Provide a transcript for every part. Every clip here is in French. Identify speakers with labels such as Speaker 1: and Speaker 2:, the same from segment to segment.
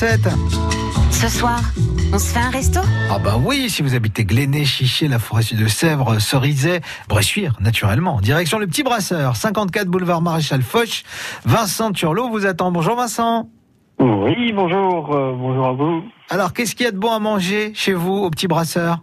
Speaker 1: 7.
Speaker 2: Ce soir, on se fait un resto
Speaker 1: Ah bah oui, si vous habitez Gléné, Chiché, la forêt de Sèvres, Cerizay, Bressuire, naturellement. Direction le petit brasseur, 54 boulevard Maréchal Foch. Vincent Turlot vous attend. Bonjour Vincent.
Speaker 3: Oui, bonjour, euh, bonjour à vous.
Speaker 1: Alors qu'est-ce qu'il y a de bon à manger chez vous au petit brasseur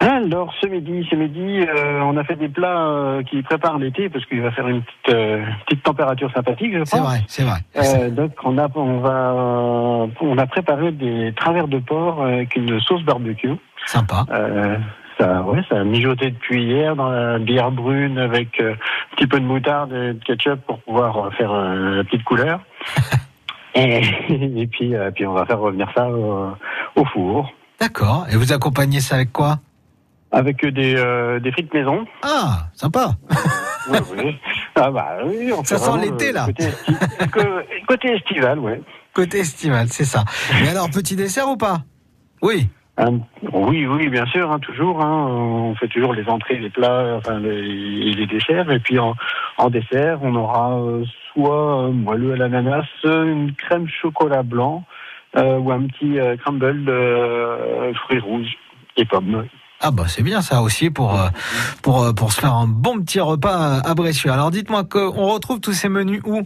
Speaker 3: Alors, ce midi, ce midi, euh, on a fait des plats euh, qui préparent l'été parce qu'il va faire une petite, euh, petite température sympathique, je
Speaker 1: C'est
Speaker 3: pense.
Speaker 1: vrai, c'est vrai.
Speaker 3: Oh. Euh, donc, on a, on va, euh, on a préparé des travers de porc avec une sauce barbecue.
Speaker 1: Sympa.
Speaker 3: Euh, ça, ouais, ça a mijoté depuis hier dans la bière brune avec euh, un petit peu de moutarde et de ketchup pour pouvoir euh, faire euh, la petite couleur. et, et puis, euh, puis, on va faire revenir ça euh, au four
Speaker 1: D'accord. Et vous accompagnez ça avec quoi
Speaker 3: avec des, euh, des frites maison.
Speaker 1: Ah, sympa.
Speaker 3: Oui, oui. Ah bah oui, on
Speaker 1: Ça
Speaker 3: fait
Speaker 1: sent
Speaker 3: vraiment
Speaker 1: l'été,
Speaker 3: le
Speaker 1: là.
Speaker 3: Côté, esti- que- côté estival, ouais.
Speaker 1: Côté estival, c'est ça. Et alors petit dessert ou pas Oui.
Speaker 3: Hein, oui, oui, bien sûr, hein, toujours. hein, on fait toujours les entrées, les plats, enfin les, et les desserts. Et puis en, en dessert, on aura euh, soit euh, moelleux à l'ananas, euh, une crème chocolat blanc euh, ou un petit euh, crumble euh, fruits rouges et pommes.
Speaker 1: Ah bah c'est bien ça aussi pour euh, pour euh, pour se faire un bon petit repas à Bressuire. Alors dites-moi que- on retrouve tous ces menus où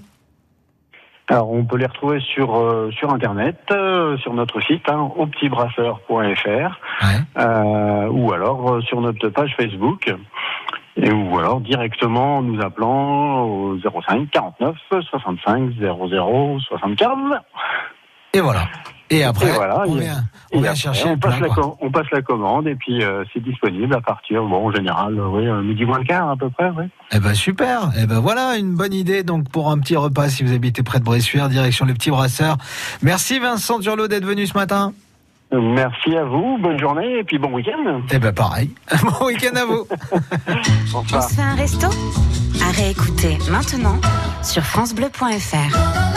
Speaker 3: Alors, on peut les retrouver sur euh, sur internet, euh, sur notre site, hein, aupetitbrasseur.fr.
Speaker 1: Ouais.
Speaker 3: Euh, ou alors euh, sur notre page Facebook, et ou alors directement en nous appelant au 05 49 65 00 75.
Speaker 1: Et voilà. Et après,
Speaker 3: Et voilà,
Speaker 1: on
Speaker 3: et-
Speaker 1: vient,
Speaker 3: Et
Speaker 1: on vient
Speaker 3: après,
Speaker 1: chercher
Speaker 3: on
Speaker 1: le plat.
Speaker 3: passe, la
Speaker 1: quoi.
Speaker 3: com- on passe la commande et puis euh, c'est disponible à partir, bon, en général, euh, oui, euh, midi moins le quart à peu près, oui.
Speaker 1: Eh ben super. Eh ben voilà une bonne idée donc pour un petit repas si vous habitez près de Bressuire, direction le petit brasseur. Merci Vincent Durlot d'être venu ce matin.
Speaker 3: Euh, Merci à vous, bonne journée et puis bon week-end.
Speaker 1: Eh ben pareil. bon week-end à vous.
Speaker 3: Au
Speaker 2: On
Speaker 3: revoir.
Speaker 2: se fait un resto À réécouter maintenant sur FranceBleu.fr.